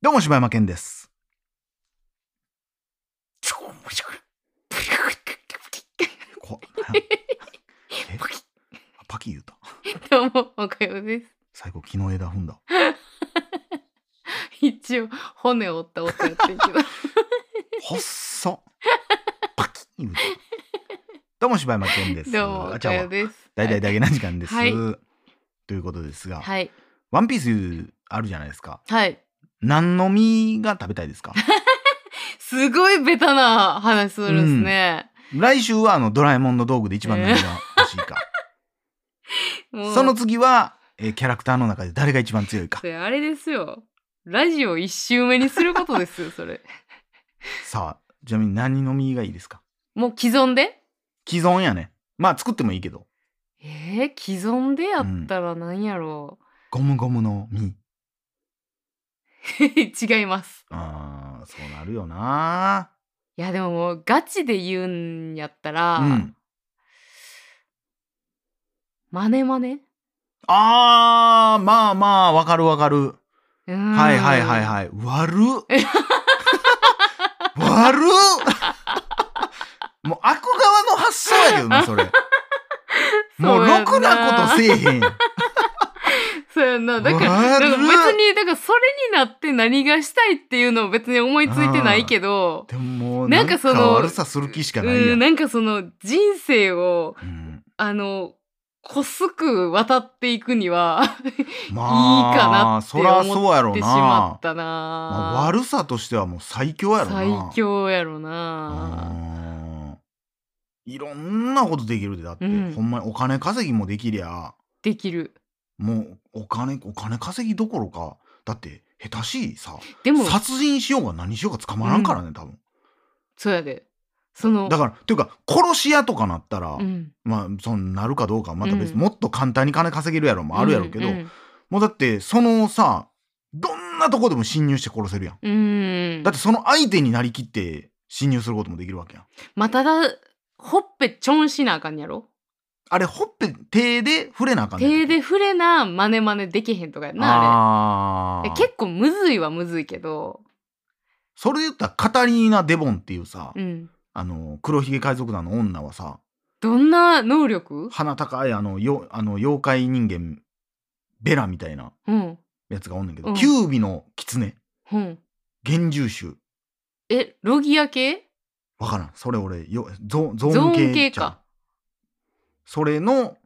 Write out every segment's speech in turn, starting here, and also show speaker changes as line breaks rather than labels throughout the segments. どうも柴山健 です。 こえあパキ言うた。
どうも、おかようです。
最後木の枝踏ん だ。
一応、骨折った音やってるけど。
ほっそ。パキ言うた。どうも柴山健です。
どうも、
あ
お
ちゃ
か
う
よ
わ
うです。
大々だけな時間です。
はい
ということですが、
はい。
ワンピースあるじゃないですか。
はい。
何の実が食べたいです か
すごいベタな話するんですね。
来週はあのドラえもんの道具で一番何が欲しいか。
もう
その次は、えーキャラクターの中で誰が一番強いか
そ。れあれですよ。ラジオ一周目にすることで すよ、それ。
さあ、ちなみに何の実がいいですか
もう既存で
既存やね。まあ作ってもいいけど。
えー、既存でやったらなんやろ
ゴムゴムの実。
う。 違います。
ああ、そうなるよない
や、でももうガチで言うんやったら、
うん。
マネマネ
ああ、まあまあ、わかるわかる。は
はい
はいはいはい。悪っ 悪っもう悪側の発想やけどな、 それ。もうろくなことせえへんやん。
そうやんな。だから、
わ
だ
ー
か
る
ら別に、だからそれになって何がしたいっていうのを別に思いついてないけど、
でももう、な
なんん
か
かその
悪さする気しかないや
うんん、。なんかその人生を、
うん
あの、こすく渡っていくには
まあ、
いいかなって
そらそうやろ
っ
う
て
な。
しまったな、
まあ、悪さとしてはもう最強やろな。
最強やろな。
うんいろんなことできるでだって、
うん
ほんまにお金稼ぎもできりゃ
できる。
もうお金お金稼ぎどころかだって下手しいさ
でも、
殺人しようが何しようが捕まらんからね、多分
そうやで。その、
だからっていうか殺し屋とかなったら、
うん。
まあそんなるかどうかはまた別、
うん
もっと簡単に金稼げるやろもあるやろうけど、
うん。
もうだってそのさどんなとこでも侵入して殺せるやん
うん
だってその相手になりきって侵入することもできるわけやん
まあ、ただ、ほっぺちょんしなあかんやろ
あれほっぺ手で触れなあかんねん
手で触れな、マネマネできへんとかやな、あれ。
あ
え
あ
結構むずいはむずいけど、
それで言ったらカタリーナ・デボンっていうさ、
うん、
あの黒ひげ海賊団の女はさ
どんな能力、
鼻高いあのよあの妖怪人間ベラみたいな
うん
やつがおんねんけど、
うん
キュービの狐
うん、
幻獣種
えロギア系
わからんそれ俺よゾゾ
ゾ
ーン系
ーン系
ちゃう
か。
それの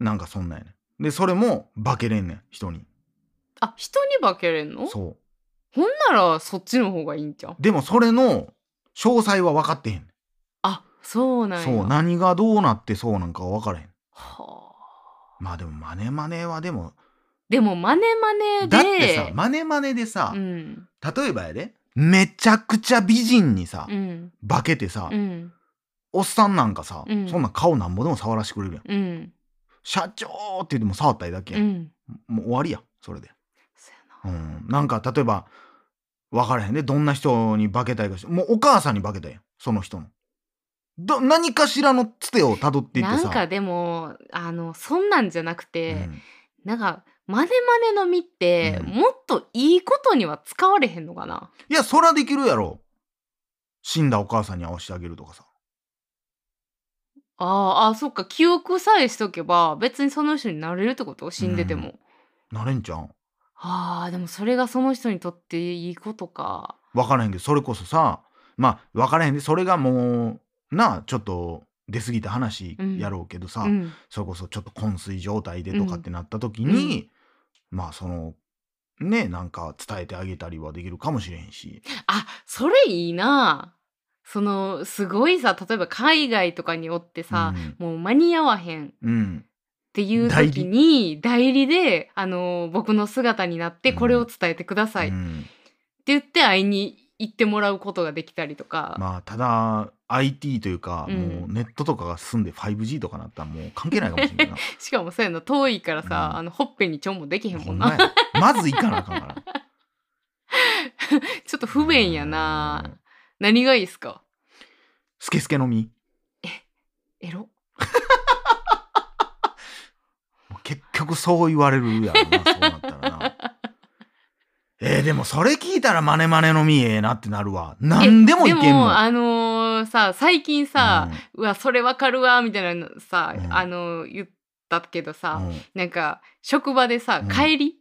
なんかそんなんやねんでそれも化けれんねん人に
あ人に化けれんのほん
そう
ならそっちの方がいいんじゃん
でもそれの詳細は分かってへんねん
あそうなんや
そう何がどうなってそうなんかは分からへん
はあ
まあでもマネマネはでも
でもマネマネで
だってさマネマネでさ、
うん
例えばやでめちゃくちゃ美人にさ、
うん
化けてさ、
うん
おっさんなんかさ、
うん
そんな顔なんぼでも触らしてくれるやん
うん
社長って言っても触ったりだけ
う
やん、
ん
もう終わりやそれで、
そやな
うん、なんか例えば分からへんでどんな人に化けたいかしもうお母さんに化けたやんその人のど何かしらのつてをたどっていって
な
さ
んかでもあのそんなんじゃなく
う
て、
ん
なんかマネマネの実って、
うん
もっといいことには使われへんのかない
やそらできるやろ死んだお母さんに会わしてあげるとかさ
あーあ、そっか、記憶さえしとけば、別にその人になれるってこと死んでても。
うんなれんちゃうん
ああ、でもそれがその人にとっていいことか。
分からへんけどそれこそさまあ分からへんでそれがもうなあちょっと出過ぎた話やろうけどさ、
うん。
それこそちょっと昏睡状態でとかってなった時に、まあそのねなんか伝えてあげたりはできるかもしれへんし、
あ、それいいな。その、すごいさ、例えば海外とかにおってさ、もう間に合わへんっ
うん
ていう時に、代理で、あの、僕の姿になって、
うん
これを伝えてください、
う
って
ん
言って会いに行ってもらうことができたりとか。
まあただ IT というか、
うん
もうネットとかが進んで 5G とかなったらもう関係ないかもしれ ないな
しかもそうやな、遠いからさ、
うん
あの、ほっぺにちょんもできへん
ほ
も
ん
ん
ま
な。
やまず行かなあかんから
ちょっと不便やな。何がいいっすか
スケスケの実
エロ
結局局そう言われるやろなそうなったらな えー、でもそれ聞いたらマネマネのみええなってなるわ何でもいけん
で
もん
もあのーさ最近さ、うわそれわかるわみたいなのさ、
うん
あのー言ったけどさ、
うん
なんか職場でさ、
うん
帰り、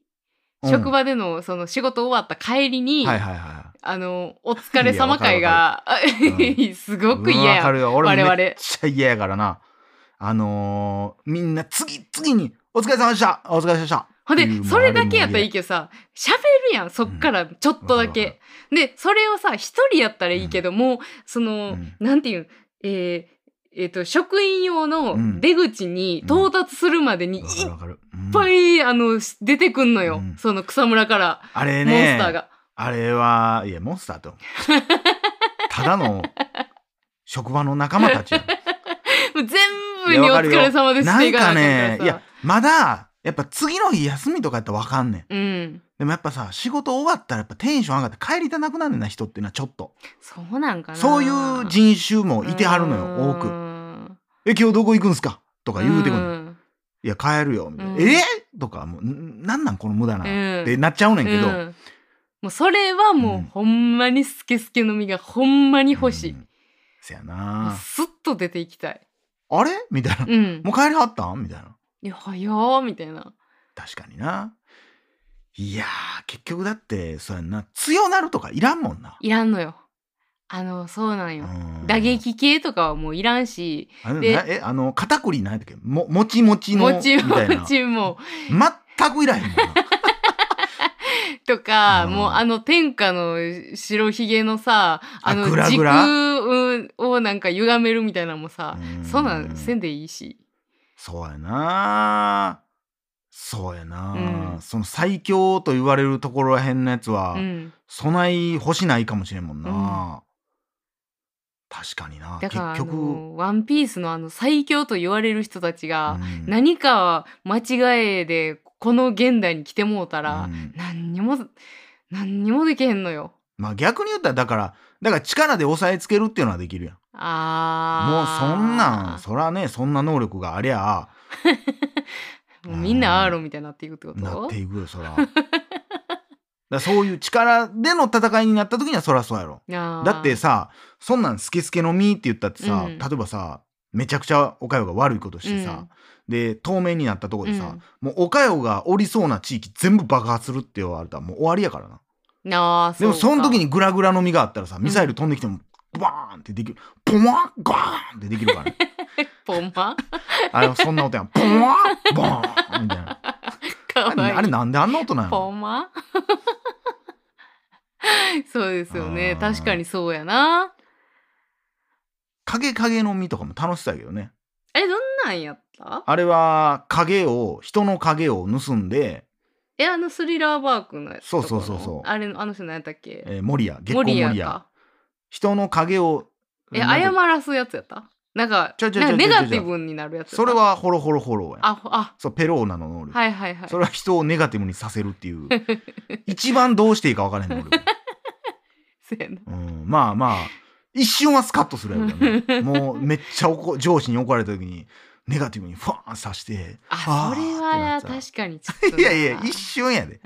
うん
職場でのその仕事終わった帰りに、
はいはいは
あのお疲れ様会が
るわかる
す
い
ごく嫌
わか
やん
るよ俺
我
も
々
めっちゃ嫌やからなあのーみんな次々に「お疲れ様でしたお疲れ様でした」
ほ
っ
ん
ていう
で
もう
それだけやったらいいけどさ喋るやんそっからちょっとだ
わか
け、でそれをさ一人やったらいいけど、もうそ
う
の、
ん
なんていうんえーえーと職員用
う
の
ん
出口に到達するまでにいっ
わかるわかる、うん
ぱい、あのし出てくんのよ、
うん
その草むらから、
あれ
モン
ね
スターが。
あれはいやモンスターとただの職場の仲間たちや
もう全部にお疲れ様ですっ
な
て
ん
いか
か
なあ
ね
かん
いや
からさ。
まだやっぱ次の日休みとかやったらわかんねん
うん。
でもやっぱさ仕事終わったらやっぱテンション上がって帰りたなくなんねんな人っていうのはちょっと
そうなんかな。
そういう人種もいてはるのよ多く
く。
「え今日どこ行くんすか?」とか言うてくんの
ん。
いや帰るよ」みたいな「
うん
えとかもう「んなんなんこの無駄な」
うん
ってなっちゃうねんけど、
うんもうそれはもう、
うん
ほんまにスケスケの実がほんまに欲しい、
うんせや
もう
な
スッと出ていきたい
あれみたいな
うん
もう帰りはったんみたいない
や早ーみたいな
確かにないやー結局だってそうやんな強なるとかいらんもんない
らんのよあのそうなんよ、
うん
打撃系とかはもういらんし
あの
で
なえあの肩こりないだっけももちもちの
もち
みたいな
もちも
全くいらへんもんな
とか、
うん
もうあの天下の白ひげのさあの
グラ
時
グラ
空うんをなんか歪めるみたいなのもさ、
うん
そんなんせんでいいし
そうやなそうやな、
うん
その最強と言われるところらへんのやつは、
うん
備え欲しないかもしれんもんな、
うん
確かにな
だ
結
からあ
局、
の「ワンピースのあの最強と言われる人たちが、
うん
何か間違えでこの現代に来てもうた
う
ら、
ん
何にも何にもできへんのよ。
まあ逆に言ったらだからだから力で押さえつけるっていうのはできるやんもう
あ
そ
ー
んなんそらねそんな能力がありゃ
もうみんなアーロンみたいになっていくってこと
なっていくよそらだからそういう力での戦いになった時にはそらそうやろ
あー
だってさそんなんスケスケの実って言ったってさ、
うん
例えばさめちゃくちゃおかよが悪いことしてさ、で透明になったとこでさ、もうおかよがおりそうな地域全部爆発するって言われたらもう終わりやからな
うん、あー
でもその時
に
にグラグラの実があったらさミサイル飛んできてもバーンってできるポワンガーンってできるからね
ポンマ
あれはそんな音やんポワンボーンみたいな
か
あれ
わいい
あれなんであんな音なんや
ポ
ろ
ンマ そうですよね
あー
確かにそうやな
影影の実とかも楽しそうやけどね
えどんなんやった
あれは影を人の影を盗んで、
えあのスリラーバークのやつ
そうそうそうそう
あれのあの人何やったっけ、
えー、モリア月光
モ
モ
リ
リア
アか
人の影を
え、
なん
謝
か
らすやつやったなんか、
ち
な
ょ
ん
ちょちょ
かネ
ちょちょ
ガティブになるやつやった
それ。はホロホロホロや
あ、ほあ、
そうペローナの能力、
はいはいはい
そ。れは人をネガティブにさせるっていう 一番どうしていいか分からへんの俺も
せやな。
うん、まあまあ一瞬はスカッとするやろうけ どねもうめっちゃ怒上司に怒られた時にネガティブにファーンさして
あ、
あー
それは
ってなっ
確かにちょっとな。
いやいや一瞬やで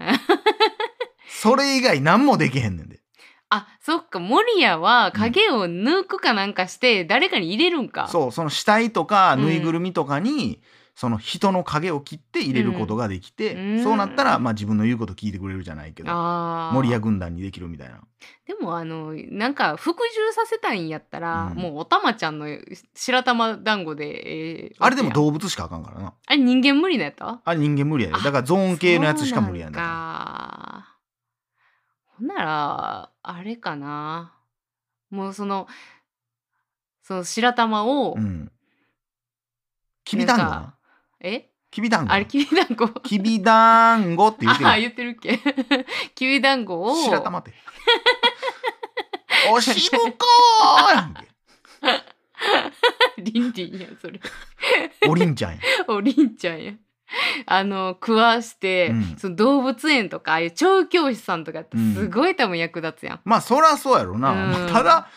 それ以外何もできへんねんで
あ、そっか、モリアは影を抜くかなんかして、誰かに入れるんか。
そうその死体とか
うん
ぬいぐるみとかに、その人の影を切って入れることができて、
うん
そうなったら、まあ、自分の言うこと聞いてくれるじゃないけど
ああ。
森屋軍団にできるみたいな
でもあのなんか服従させたいんやったら、
うん
もうおたまちゃんの白玉団子で、えー
あれでも
う
動物しかあかんからな
あれ人間無理なやった
あれ人間無理やで
あ
だからゾーン系のやつしか無理や
そ
ん
う
だ
な
か
んかほんならあれかなもうそのその白玉を、
らうんきびだんご
なん
な
かえ
きびだんご
あれきびだんごあ
きびだんごって言って
あー
る
言ってるっけ きびだんごを
白玉って おしるこーやんけ
リンリンやそれ
おりんちゃん や
おりんちゃんやあの食わして、
うん
その動物園とかああいう調教師さんとかって
うん
すごい多分役立つやん、
まあそらそうやろな、
うん
まあただ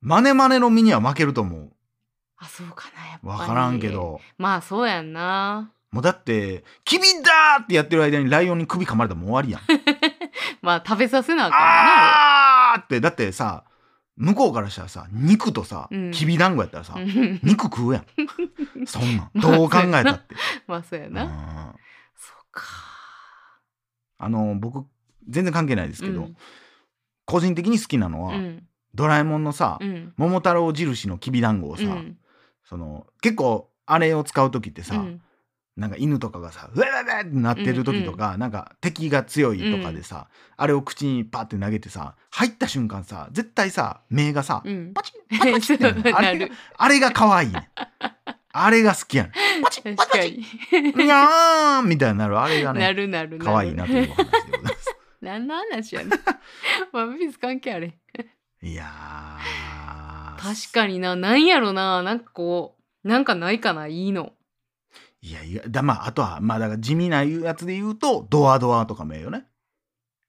マネマネの身には負けると思う
あそうかなやっぱり
分からんけど
まあそうやんな
もうだって「君だ!」ってやってる間にライオンに首噛まれたらもう終わりやん。
まあ食べさせなあかんな
あーってだってさ向こうからしたらさ肉とさ
うん
きびだんごやったらさ、
あれうん
肉食うや んそんなん
まあ
どう考えたって。
まあそうや
う
な、
ん
そうか
あの僕全然関係ないですけど、
うん
個人的に好きなのは、
うん
ドラえもんのさ、
うん
桃太郎印のきびだんごをさ、
うん
その結構あれを使う時ってさ、
うん
なんか犬とかがさ「うわうわうわ!」ってなってる時とか、なんか敵が強いとかでさ、あれを口にパッて投げてさ入った瞬間さ絶対さ目がさ、
うん
パチッパ チッってなるあ
な
れが
る
あれが可愛い ねんあれが好きやねんパチッパ
確
チ
か
ッ
に
にゃーんみたいになるあれが
な
ね
るなるなる
可愛いなというお話でござ います。
何の話やね んワンピース関係あれへん
いやー
確かにななんやろななんかこうなんかないかないいの
いやいやだまああとはまあだから地味なやつで言うとドアドアとかもええよね。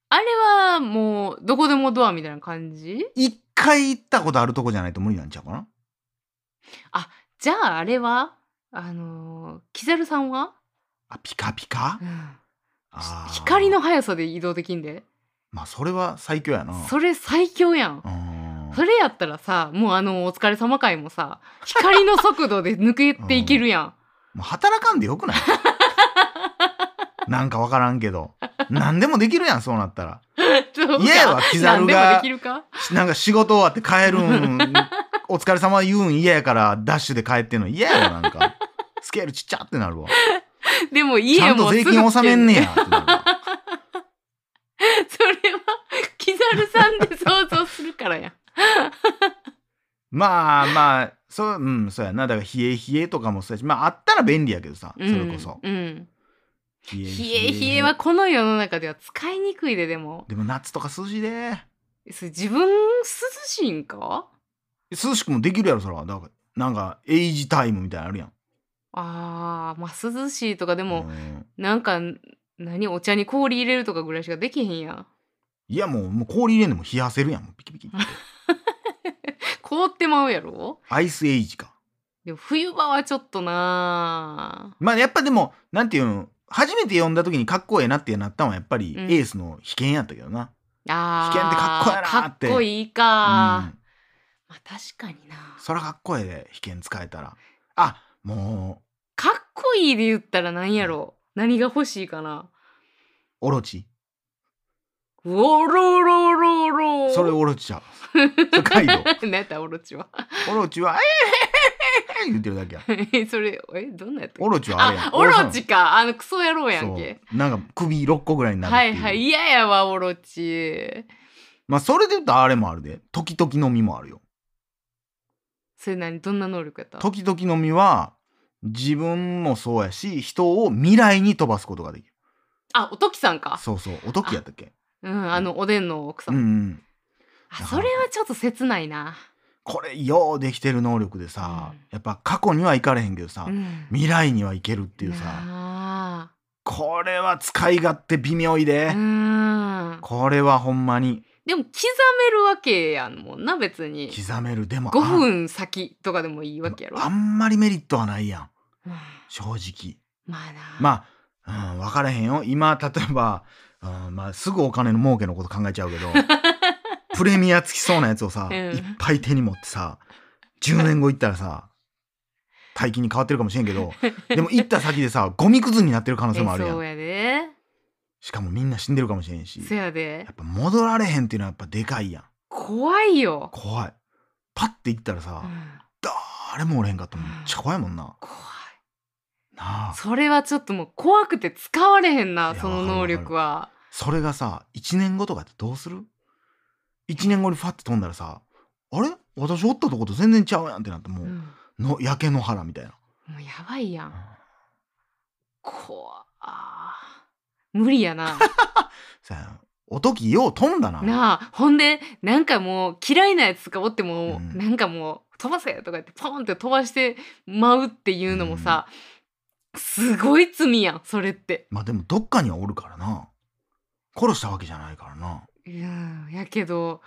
あれはもうどこでもドアみたいな感じ
一回行ったことあるとこじゃないと無理なんちゃうかな
じゃああれはあのーキザルさんは、
あピカピカ
うん
あー
光の速さで移動できんで、
まあそれは最強やな。
それ最強やん、
うん
それやったらさもうあのお疲れ様会もさ光の速度で抜けていけるやん、
もう働かんでよく ないなんかわからんけど何でもできるやんそうなったら
そう か
いやわキザルが
何でもできるか
しなんか仕事終わって帰る んお疲れ様言うん嫌やからダッシュで帰ってんの嫌やわなんかスケールちっちゃってなるわ
でも
ちゃ
家
んと
も
税
すぐ
金納めんね
来て
やってなるわ
それはキザルさんで想像するからやん
まあまあそううんそうやなだから冷え冷えとかもそうやしまああったら便利やけど さそれこそ、
うんうん
冷
冷え冷えはこの世の中では使いにくいででも
でも夏とか涼しいで
それ自分涼しいんか
涼しくもできるやろそらだからなんかエイジタイムみたいなのあるやん
あーまあ涼しいとかでも、
うん
なんか何お茶に氷入れるとかぐらいしかできへんやん
いやもうもう氷入れんでも冷やせるやんもうピキ ピキって
凍ってまうやろ
アイスエイジか
でも冬場はちょっとな
まあやっぱでもなんていうの初めて読んだ時にかっこええなってなったのはやっぱり
うん
エースの被験やったけどな、
あー
危険ってかっこええなって
かっこいいか、
うん
まあ確かにな
そらかっこええで被験使えたらあも
かっこいいで言ったら何やろ何が欲しいかな
うオロチ
うおろろろろ
それオロチちゃうそれカイドウ
何やったオロチは
オロチは、えへへへへ言ってるだけや。
えそれえどんなやったっけ
オロチはあれや
あオロチかあのクソ野郎やんけ
そうなんか首6個ぐらいになるっ
は
てい。
いうはい嫌やわオロチ
まあ、それで言うとあれもあるで。時々の実もあるよ。
それ何どんな能力やった
時々の実は、自分もそうやし、人を未来に飛ばすことができる。
あおときさんか
そうそう。おときやったっけ
うんあのおでんの奥さ、
うんんうん。
あそれはちょっと切ないな、
これ、ようできてる能力でさ、
うん
やっぱ過去には行かれへんけどさ、
うん、っ
未来には行けるっていうさ、
さ
これは使い勝手微妙いで。
うん
これはほんまに
でも刻めるわけやんもんな別に
刻める。でも、
5
あん
分先とかでもいいわけやろ
あんまりメリットはないやん
うん
正直
まあな
まあ、うん、分からへんよ今例えば、うんまあ、すぐお金の儲けのこと考えちゃうけ どプレミアつきそうなやつをさ、
うん
いっぱい手に持ってさ10年後行ったらさ大金に変わってるかもしれんけどでも行った先でさゴミくずになってる可能性もある
え
や
そうんやで
しかもみんな死んでるかもしれんし
そ
や
やで
っぱ戻られへんっていうのはやっぱでかいやん
怖いよ、
怖いパッて行ったらさ、
うん
誰もおれへんかったらめっちゃ怖いもんな、
怖い
なあ
それはちょっともう怖くて使われへん
い
な
や
その能力は
それがさ1年後とかってどうする ?1 年後にファッて飛んだらさあれ私おったとこと全然ちゃうやんってなってもう、
うん
の焼け野原みたいな、
もうやばいやん怖あ無理やな
さあおときよう飛んだな
なあほんでなんかもう嫌いなやつとかおっても、
うん
なんかもう飛ばせとか言ってポンって飛ばして舞うっていうのもさ、すごい罪やんそれって
まあでもどっかにはおるからな殺したわけじゃないからない
ややけど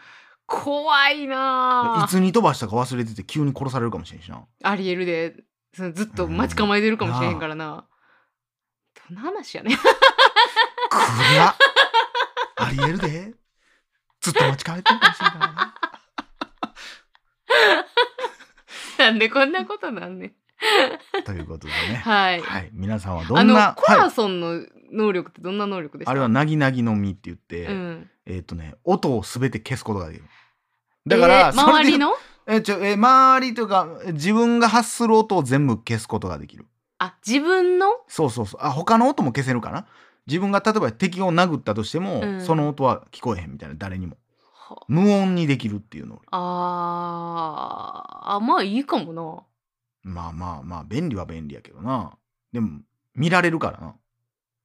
怖いない
つに飛ばしたか忘れてて急に殺されるかもしれんしな
ありえるでそのずっと待ち構えてるかもしれへんからな、何の話やねん
くらありえるでずっと待ちかねてるかもしれないからな
なんでこんなことなんねん
ということでねは、
はいい
皆さんはど
あ
ん
の
な
コラ
は
ソンの能力ってどんな能力で
い、
すか
あれはなぎなぎの実って言って、
うん、
えっとね音をすべて消すことができるだから、
えー
それで
周りの
えちょえ周りというか自分が発する音を全部消すことができる
あ自分の
そうそうそうあ他の音も消せるかな自分が例えば敵を殴ったとしても、
うん
その音は聞こえへんみたいな誰にも
は
無音にできるっていうの
あーあまあいいかもな
まあまあまあ便利は便利やけどなでも見られるからな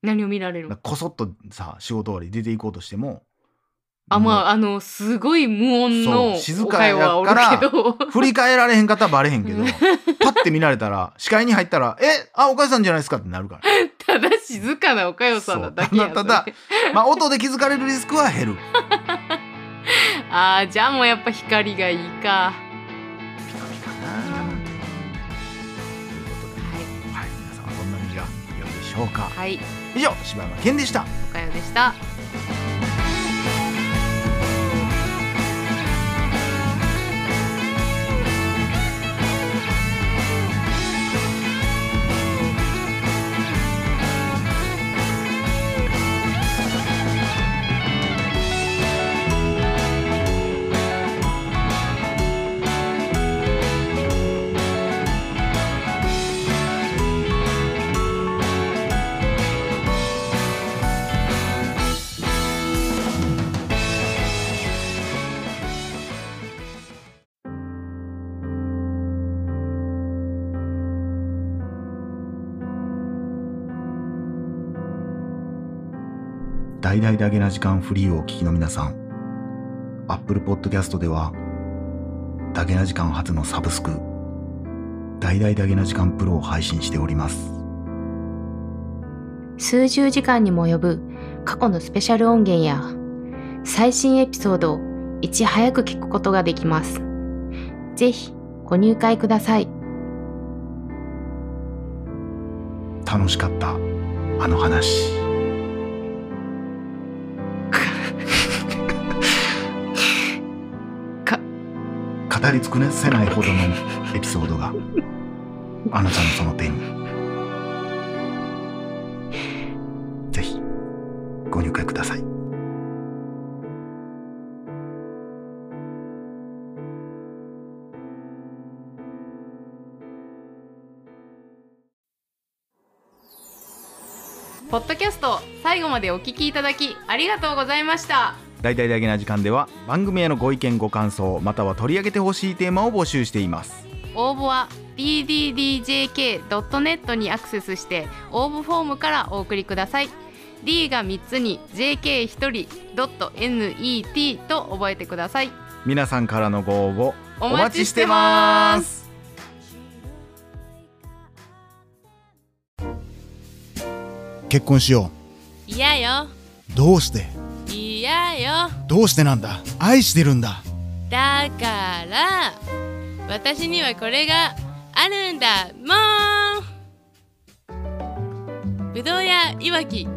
何を見られる
だからこそっとさ仕事終わり出て行こうとしても
あ
もう
まああのすごい無音の
そう静
お
か
会
や
話はお
か
る
ら
けど
振り返られへん方はバレへんけど
うん
パッて見られたら視界に入ったら「えあお母さんじゃないですか」ってなるから
ただ静かなおかよさんなだけやん
そうただ
それ
まあ音で気づかれるリスクは減る
あーじゃあもうやっぱ光がいい
かな
か
ということで、はい、皆さんはどんな身が良いでしょうか
はい、はい、
以上柴山健でした
おかよでした
大々だげな時間フリーをお聞きの皆さん Apple Podcast ではだげな時間初のサブスク大々だげな時間プロを配信しております
数十時間にも及ぶ過去のスペシャル音源や最新エピソードをいち早く聞くことができます。ぜひご入会ください。
楽しかったあの話
か
語り尽くせないほどのエピソードがあなたのその手にぜひご入会ください
ポッドキャスト最後までお聞きいただきありがとうございました
大体だけな時間では番組へのご意見ご感想または取り上げてほしいテーマを募集しています
応募は ddjk.net にアクセスして応募フォームからお送りください D が3つに JK1 人 .net と覚えてください
皆さんからのご応募
お待ちしてます
結婚しよ
嫌よ
うどうして
嫌よ
どうしてなんだ愛してるんだ
だから私にはこれがあるんだもんぶどうやいわき